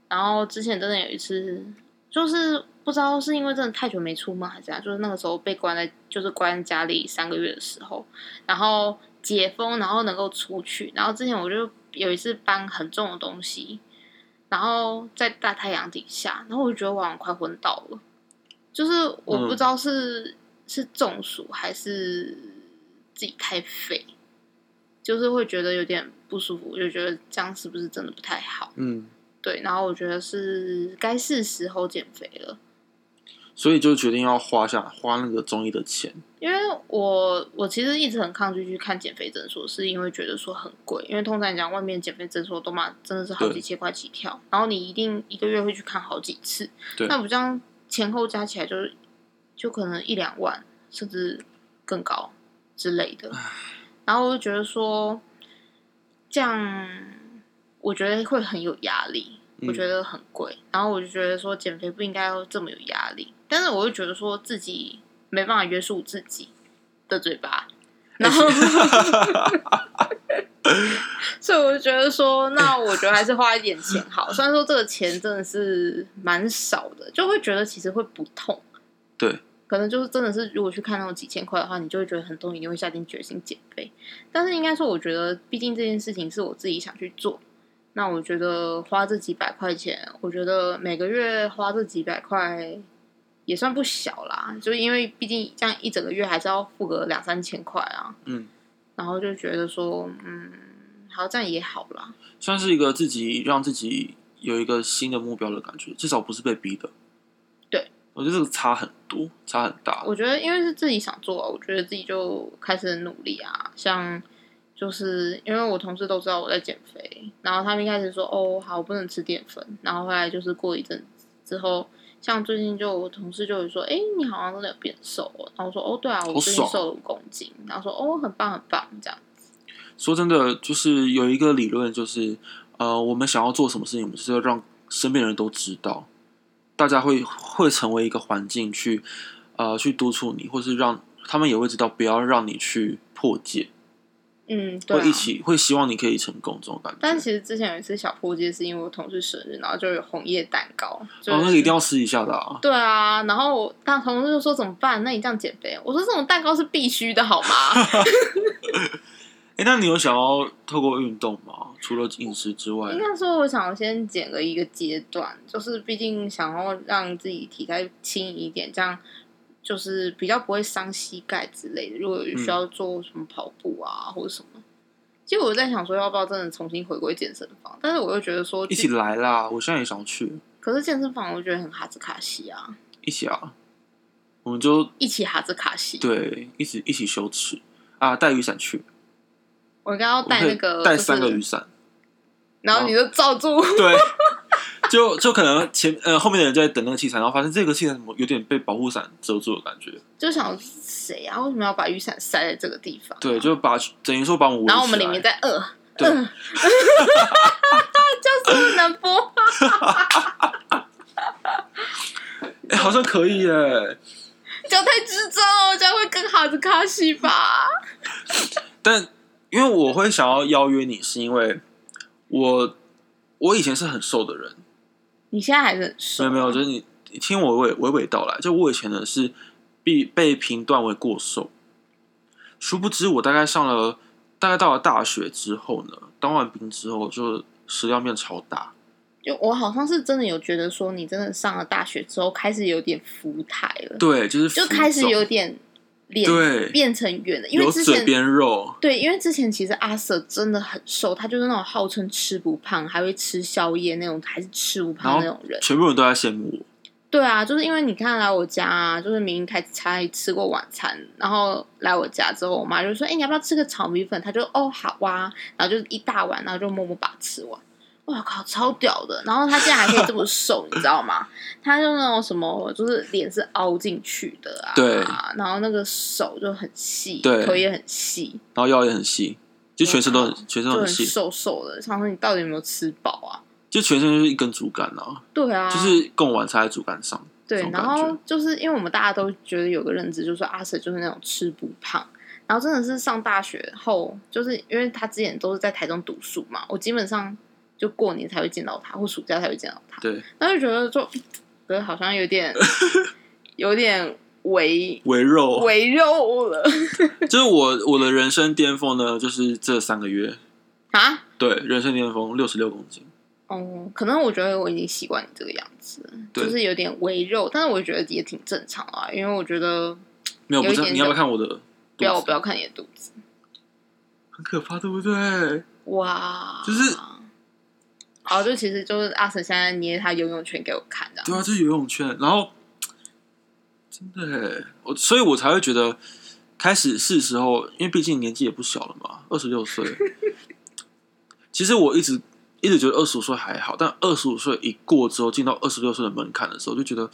[SPEAKER 3] 然后之前真的有一次，就是不知道是因为真的太久没出门还是怎样，就是那个时候被关在就是关在家里三个月的时候，然后解封，然后能够出去。然后之前我就有一次搬很重的东西，然后在大太阳底下，然后我就觉得我好像快昏倒了，就是我不知道是、是中暑还是自己太废，就是会觉得有点不舒服，我就觉得这样是不是真的不太好？
[SPEAKER 1] 嗯，
[SPEAKER 3] 对，然后我觉得是该是时候减肥了。
[SPEAKER 1] 所以就决定要花下花那个中医的钱。
[SPEAKER 3] 因为我我其实一直很抗拒去看减肥诊所，是因为觉得说很贵，因为通常讲外面减肥诊所都嘛真的是好
[SPEAKER 1] 对
[SPEAKER 3] 几千块起跳，然后你一定一个月会去看好几次，
[SPEAKER 1] 对
[SPEAKER 3] 那我这样前后加起来就是就可能一两万，甚至更高之类的，然后我就觉得说这样我觉得会很有压力，
[SPEAKER 1] 嗯
[SPEAKER 3] 我觉得很贵，然后我就觉得说减肥不应该要这么有压力，但是我又觉得说自己没办法约束自己的嘴巴，
[SPEAKER 1] *laughs*
[SPEAKER 3] 然后，所以我就觉得说，那我觉得还是花一点钱好，虽然说这个钱真的是蛮少的，就会觉得其实会不痛，
[SPEAKER 1] 对，
[SPEAKER 3] 可能就是真的是如果去看那种几千块的话，你就会觉得很痛，一定会下定决心减肥。但是应该说，我觉得毕竟这件事情是我自己想去做，那我觉得花这几百块钱，我觉得每个月花这几百块也算不小啦，就是因为毕竟这样一整个月还是要付个两三千块啊，
[SPEAKER 1] 嗯，
[SPEAKER 3] 然后就觉得说，嗯，好这样也好啦，
[SPEAKER 1] 算是一个自己让自己有一个新的目标的感觉，至少不是被逼的。
[SPEAKER 3] 对，
[SPEAKER 1] 我觉得这个差很多，差很大。
[SPEAKER 3] 我觉得因为是自己想做啊，我觉得自己就开始努力啊。像就是因为我同事都知道我在减肥，然后他们一开始说哦好，我不能吃淀粉，然后后来就是过一阵子之后，像最近就我同事就会说，哎、你好像真的有变瘦哦。然后我说哦对啊，我
[SPEAKER 1] 好
[SPEAKER 3] 最近
[SPEAKER 1] 爽
[SPEAKER 3] 瘦了五公斤。然后说哦很棒很棒这样。
[SPEAKER 1] 说真的，就是有一个理论，就是呃，我们想要做什么事情，我们就是要让身边的人都知道，大家会会成为一个环境去呃去督促你，或是让他们也会知道，不要让你去破戒，
[SPEAKER 3] 嗯，对、啊，
[SPEAKER 1] 会一起会希望你可以成功这种感觉。
[SPEAKER 3] 但其实之前有一次小破戒是因为我同事生日，然后就有红叶蛋糕，就
[SPEAKER 1] 哦，
[SPEAKER 3] 是、
[SPEAKER 1] 那个一定要吃一下的啊！
[SPEAKER 3] 对啊，然后我大同事就说怎么办？那你这样减肥？我说这种蛋糕是必须的，
[SPEAKER 1] *laughs*
[SPEAKER 3] 好吗？
[SPEAKER 1] 哎，那你有想要透过运动吗？除了饮食之外
[SPEAKER 3] 应，该说，我想先减个一个阶段，就是毕竟想要让自己体态轻一点，这样就是
[SPEAKER 1] 嗯
[SPEAKER 3] 比较不会伤膝盖之类的。如果有需要做什么跑步啊，或者什么，其实我在想说，要不要真的重新回归健身房？但是我又觉得说，
[SPEAKER 1] 一起来啦！我现在也想去，
[SPEAKER 3] 可是健身房我觉得很哈兹卡西啊，
[SPEAKER 1] 一起啊！我们就
[SPEAKER 3] 一起哈兹卡西。，
[SPEAKER 1] 对，一起一起羞耻啊！带雨伞去，
[SPEAKER 3] 我应该要
[SPEAKER 1] 我们
[SPEAKER 3] 带
[SPEAKER 1] 可以
[SPEAKER 3] 那个
[SPEAKER 1] 带
[SPEAKER 3] 就是
[SPEAKER 1] 三个雨
[SPEAKER 3] *laughs*
[SPEAKER 1] 伞，
[SPEAKER 3] 然后你就
[SPEAKER 1] *laughs*
[SPEAKER 3] 罩住。
[SPEAKER 1] 对，就就可能前呃后面的人就在等那个器材，然后发现这个器材怎么有点被保护伞遮住的感觉，
[SPEAKER 3] 就想谁啊？为什么要把雨伞塞在这个地方啊、
[SPEAKER 1] 对，就把等于说把我们围
[SPEAKER 3] 然后我
[SPEAKER 1] 起
[SPEAKER 3] 们里
[SPEAKER 1] 来
[SPEAKER 3] 面在饿， *laughs*
[SPEAKER 1] 对
[SPEAKER 3] 饿就是不能播。
[SPEAKER 1] 哎、好像可以耶，
[SPEAKER 3] 脚太直重，这样会更哈兹卡西吧？
[SPEAKER 1] 但因为我会想要邀约你，是因为我我以前是很瘦的人，
[SPEAKER 3] 你现在还是很瘦，
[SPEAKER 1] 没有没有，就是你你听我娓娓娓道来，就我以前呢是被被评断为过瘦，殊不知我大概上了大概到了大学之后呢，当完兵之后就食量变超大，
[SPEAKER 3] 就我好像是真的有觉得说，你真的上了大学之后开始有点浮态了，
[SPEAKER 1] 对，就是
[SPEAKER 3] 就
[SPEAKER 1] 浮
[SPEAKER 3] 开始
[SPEAKER 1] 肿
[SPEAKER 3] 有点脸
[SPEAKER 1] 对
[SPEAKER 3] 变成圆了，因为
[SPEAKER 1] 有
[SPEAKER 3] 之
[SPEAKER 1] 嘴
[SPEAKER 3] 前
[SPEAKER 1] 边肉，
[SPEAKER 3] 对，因为之前其实阿 Sir 真的很瘦，他就是那种号称吃不胖，还会吃宵夜那种，还是吃不
[SPEAKER 1] 然
[SPEAKER 3] 胖
[SPEAKER 1] 后
[SPEAKER 3] 那种人。
[SPEAKER 1] 全部人都在羡慕我。
[SPEAKER 3] 对啊，就是因为你看来我家、啊，就是明明才才吃过晚餐，然后来我家之后，我妈就说：“哎、你要不要吃个炒米粉？”他就哦好啊，然后就一大碗，然后就默默把它吃完。哇靠，超屌的！然后他竟然还可以这么瘦，你知道吗？他就那种什么，就是脸是凹进去的啊，
[SPEAKER 1] 对
[SPEAKER 3] 然后那个手就很细，
[SPEAKER 1] 对
[SPEAKER 3] 腿也很细，
[SPEAKER 1] 然后腰也很细，就全身都很全身
[SPEAKER 3] 嗯就
[SPEAKER 1] 都
[SPEAKER 3] 很
[SPEAKER 1] 很细，
[SPEAKER 3] 瘦瘦的。想说你到底有没有吃饱啊？
[SPEAKER 1] 就全身就是一根竹竿啊，
[SPEAKER 3] 对啊，
[SPEAKER 1] 就是供完插在竹竿上。这
[SPEAKER 3] 对，
[SPEAKER 1] 种
[SPEAKER 3] 然
[SPEAKER 1] 感觉
[SPEAKER 3] 后就是因为我们大家都觉得有个认知，就是说阿 Sir 就是那种吃不胖。然后真的是上大学后，就是因为他之前都是在台中读书嘛，我基本上就过年才会见到他，或暑假才会见到他。 *laughs*
[SPEAKER 1] 对，
[SPEAKER 3] 然后就觉得说，可是好像
[SPEAKER 1] *laughs*
[SPEAKER 3] 有点有点围
[SPEAKER 1] 围肉
[SPEAKER 3] 围肉了
[SPEAKER 1] 就是我我的人生巅峰呢，就是这三个月，
[SPEAKER 3] 啊。
[SPEAKER 1] 对，人生巅峰六十六公斤，
[SPEAKER 3] 哦，可能我觉得我已经习惯你这个样子了，
[SPEAKER 1] 对
[SPEAKER 3] 就是有点围肉，但是我觉得也挺正常啊，因为我觉得
[SPEAKER 1] 没有
[SPEAKER 3] 有
[SPEAKER 1] 不
[SPEAKER 3] 一
[SPEAKER 1] 是？
[SPEAKER 3] 点
[SPEAKER 1] 你要不要
[SPEAKER 3] 肉
[SPEAKER 1] 看我的？
[SPEAKER 3] 不要不，要看你的肚子，
[SPEAKER 1] 很可怕，对不对？
[SPEAKER 3] 哇，
[SPEAKER 1] 就是，
[SPEAKER 3] 好，就其实就是阿神现在捏他游泳圈给我看的，
[SPEAKER 1] 对啊，就是游泳圈，然后真的耶，欸我所以，我才会觉得开始是时候，因为毕竟年纪也不小了嘛，二十六岁。其实我一直一直觉得二十五岁还好，但二十五岁一过之后，进到二十六岁的门槛的时候，就觉得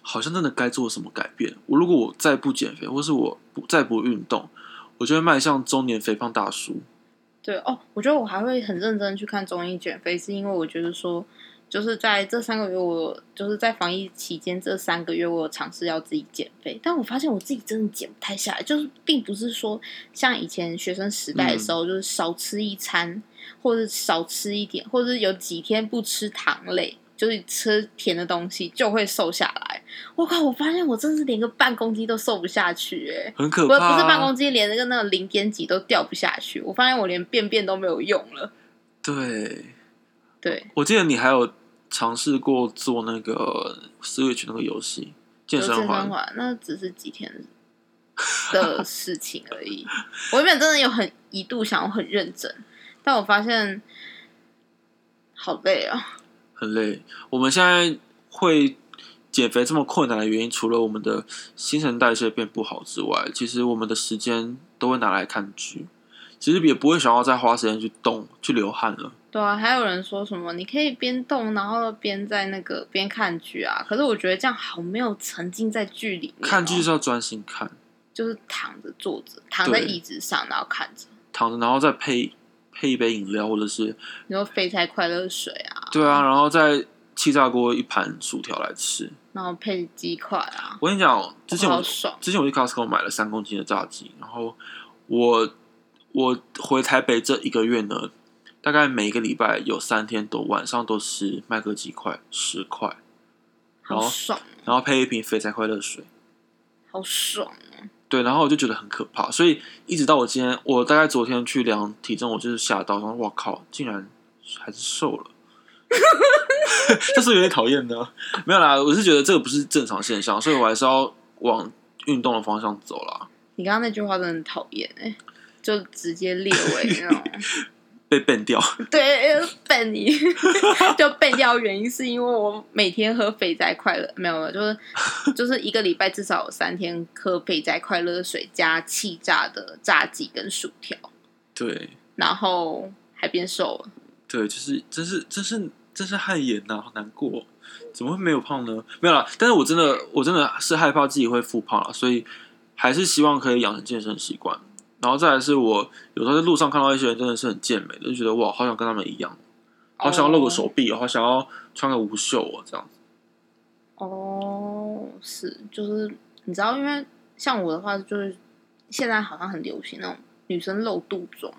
[SPEAKER 1] 好像真的该做什么改变。我如果我再不减肥，或是我不再不运动，我就会迈向中年肥胖大叔。
[SPEAKER 3] 对哦，我觉得我还会很认真去看中医减肥，是因为我觉得说，就是在这三个月我，就是在防疫期间这三个月，我有尝试要自己减肥，但我发现我自己真的减不太下来，就是并不是说像以前学生时代的时候，就是少吃一餐，或者少吃一点，或者有几天不吃糖类。就是吃甜的东西就会瘦下来，我靠！我发现我真是连个半公斤都瘦不下去、欸，
[SPEAKER 1] 很可
[SPEAKER 3] 不
[SPEAKER 1] 怕、啊
[SPEAKER 3] 是不是办公。机，连那个那个零点几都掉不下去。我发现我连便便都没有用了。
[SPEAKER 1] 对，
[SPEAKER 3] 对，
[SPEAKER 1] 我记得你还有尝试过做那个 Switch 那个游戏健
[SPEAKER 3] 就
[SPEAKER 1] 身
[SPEAKER 3] 健
[SPEAKER 1] 环
[SPEAKER 3] 身，环，那只是几天的事情而已。 *laughs* 我原本真的有很一度想要很认真，但我发现好累啊。
[SPEAKER 1] 很累。我们现在会减肥这么困难的原因，除了我们的新陈代谢变不好之外，其实我们的时间都会拿来看剧，其实也不会想要再花时间去动、去流汗了。
[SPEAKER 3] 对啊，还有人说什么你可以边动，然后边在那个边看剧啊。可是我觉得这样好没有沉浸在剧里面哦、
[SPEAKER 1] 看剧就是要专心看，
[SPEAKER 3] 就是躺着坐着，躺在
[SPEAKER 1] 对
[SPEAKER 3] 椅子上，然后看着。
[SPEAKER 1] 躺着然后再配配一杯饮料，或者是
[SPEAKER 3] 你说肥宅快乐水啊，
[SPEAKER 1] 对啊，然后再气炸锅一盘薯条来吃。
[SPEAKER 3] 然后配鸡块啊，
[SPEAKER 1] 我跟你讲，之前我
[SPEAKER 3] 好爽。
[SPEAKER 1] 之前我去 Costco 买了三公斤的炸鸡，然后我我回台北这一个月呢，大概每个礼拜有三天都晚上都吃麦克鸡块十块，然
[SPEAKER 3] 好
[SPEAKER 1] 后
[SPEAKER 3] 爽，
[SPEAKER 1] 然后配一瓶肥宅快乐水。
[SPEAKER 3] 好爽！
[SPEAKER 1] 对，然后我就觉得很可怕，所以一直到我今天，我大概昨天去量体重，我就是吓到，然后哇靠，竟然还是瘦了，这是有点讨厌的。没有啦，我是觉得这个不是正常现象，所以我还是要往运动的方向走啦。
[SPEAKER 3] 你刚刚那句话真的很讨厌哎，就直接列为那种。
[SPEAKER 1] *laughs* 被 ban 掉，
[SPEAKER 3] 对，笨你 *laughs* 就笨掉，原因是因为我每天喝肥宅快乐，没有，没有，就是就是一个礼拜至少有三天喝肥宅快乐水加气炸的炸鸡跟薯条，
[SPEAKER 1] 对
[SPEAKER 3] 然后还变瘦了。
[SPEAKER 1] 对，就是真是真是真是汗颜呐、好难过哦、怎么会没有胖呢？没有啦，但是我真的我真的是害怕自己会复胖了，所以还是希望可以养成健身习惯。然后再来是我有时候在路上看到一些人真的是很健美的，就觉得哇，好想跟他们一样，好想要露个手臂哦，好想要穿个无袖哦，这样子。
[SPEAKER 3] 哦，是，就是你知道，因为像我的话，就是现在好像很流行那种女生露肚装、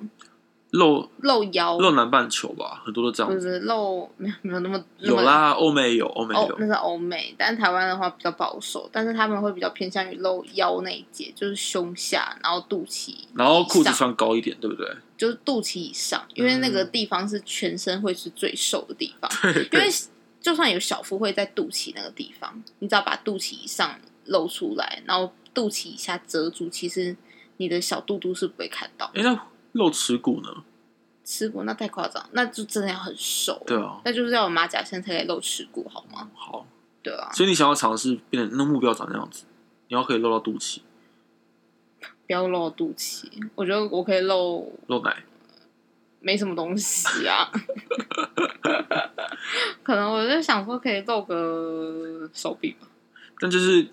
[SPEAKER 1] 露
[SPEAKER 3] 露腰，
[SPEAKER 1] 露南半球吧，很多都这
[SPEAKER 3] 就
[SPEAKER 1] 样子。
[SPEAKER 3] 是露没有嗯没有那么哦
[SPEAKER 1] 有，啦，欧美有，欧美
[SPEAKER 3] 那么欧
[SPEAKER 1] 有
[SPEAKER 3] 那，是欧美，但台湾的话比较保守，但是他们会比较偏向于露腰那一节，就是胸下，然后肚脐，
[SPEAKER 1] 然后裤子
[SPEAKER 3] 上
[SPEAKER 1] 穿高一点，对不对？
[SPEAKER 3] 就是肚脐以上，因为那个地方是全身会是最瘦的地方，因为就算有小腹会在肚脐那个地方，你只要把肚脐以上露出来，然后肚脐以下遮住，其实你的小肚肚是不会看到。
[SPEAKER 1] 哎，那露耻骨呢？
[SPEAKER 3] 吃过那太夸张，那就真的要很瘦，
[SPEAKER 1] 对啊，
[SPEAKER 3] 那就是要有马甲线才可以露耻骨，好吗？
[SPEAKER 1] 好，
[SPEAKER 3] 对啊，
[SPEAKER 1] 所以你想要尝试变成那目标长那样子，你要可以露到肚脐、
[SPEAKER 3] 不要露肚脐，我觉得我可以露
[SPEAKER 1] 露奶，
[SPEAKER 3] 没什么东西啊。可能我就想说，可以露个手臂吧，
[SPEAKER 1] 但就是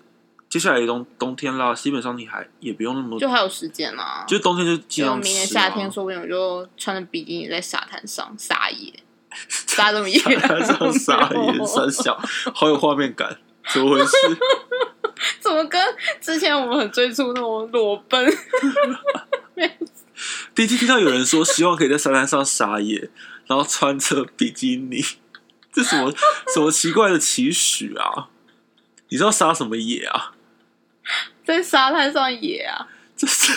[SPEAKER 1] 接下来冬冬天啦，基本上你还也不用那么，
[SPEAKER 3] 就还有时间啊。
[SPEAKER 1] 就冬天就尽
[SPEAKER 3] 就
[SPEAKER 1] 量
[SPEAKER 3] 明年
[SPEAKER 1] 吃啊
[SPEAKER 3] 夏
[SPEAKER 1] *laughs*
[SPEAKER 3] 天，说不定我就穿着比基尼在沙滩上撒野，撒这么野，
[SPEAKER 1] 这样撒野三小，好有画面感，怎么回事？
[SPEAKER 3] 怎么跟之前我们很追逐那种裸奔？
[SPEAKER 1] 第一次听到有人说希望可以在沙滩上撒野，然后穿着比基尼，这什么什么奇怪的期许啊？你知道撒什么野啊？
[SPEAKER 3] 在沙滩上野啊！
[SPEAKER 1] 这是。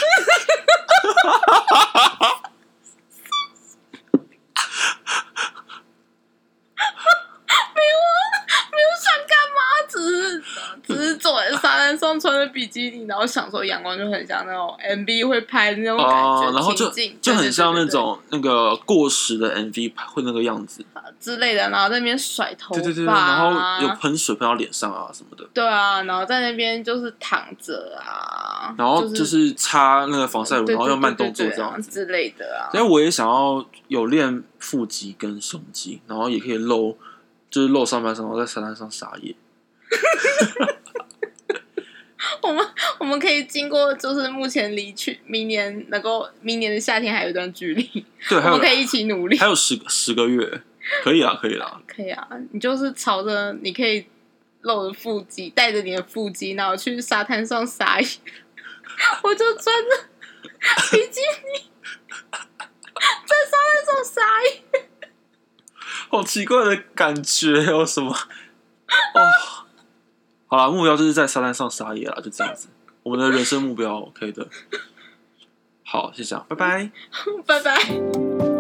[SPEAKER 3] 没有想干嘛，只是只是坐在沙滩上穿着比基尼，然后享受阳光，就很像那种 MV 会拍的那种感觉，
[SPEAKER 1] 哦，然后就
[SPEAKER 3] 情境
[SPEAKER 1] 就很像
[SPEAKER 3] 对
[SPEAKER 1] 那
[SPEAKER 3] 对对对
[SPEAKER 1] 种那个过时的 MV 会那个样子，
[SPEAKER 3] 之类的，然后在那边甩头发、啊，
[SPEAKER 1] 对对对，然后有喷水喷到脸上啊什么的，
[SPEAKER 3] 对啊，然后在那边就是躺着啊，
[SPEAKER 1] 然后就是是擦那个防晒乳，
[SPEAKER 3] 对
[SPEAKER 1] 然后用
[SPEAKER 3] 对
[SPEAKER 1] 慢
[SPEAKER 3] 对
[SPEAKER 1] 动作
[SPEAKER 3] 对
[SPEAKER 1] 这样
[SPEAKER 3] 啊
[SPEAKER 1] 子。
[SPEAKER 3] 之类的啊。 *laughs*
[SPEAKER 1] 所以我也想要有练腹肌跟胸肌，然后也可以露，就是露上半身，然后在沙滩上撒野。
[SPEAKER 3] 我们我们可以经过，就是目前离去，明年能够明年的夏天还有一段距离，
[SPEAKER 1] 对，
[SPEAKER 3] 我
[SPEAKER 1] 还有
[SPEAKER 3] 们可以一起努力
[SPEAKER 1] 还。有十十个月，可以啦，可以啦。
[SPEAKER 3] 可以啊，你就是朝着你可以露着腹肌，带着你的腹肌，然后去沙滩上撒野， *laughs* 我就穿着比基尼在沙滩上撒野，
[SPEAKER 1] 好奇怪的感觉，有什么？哦，好啦，目标就是在沙滩上撒野啦，就这样子。我们的人生目标 OK 的。好，谢谢啊，拜拜。
[SPEAKER 3] 拜拜。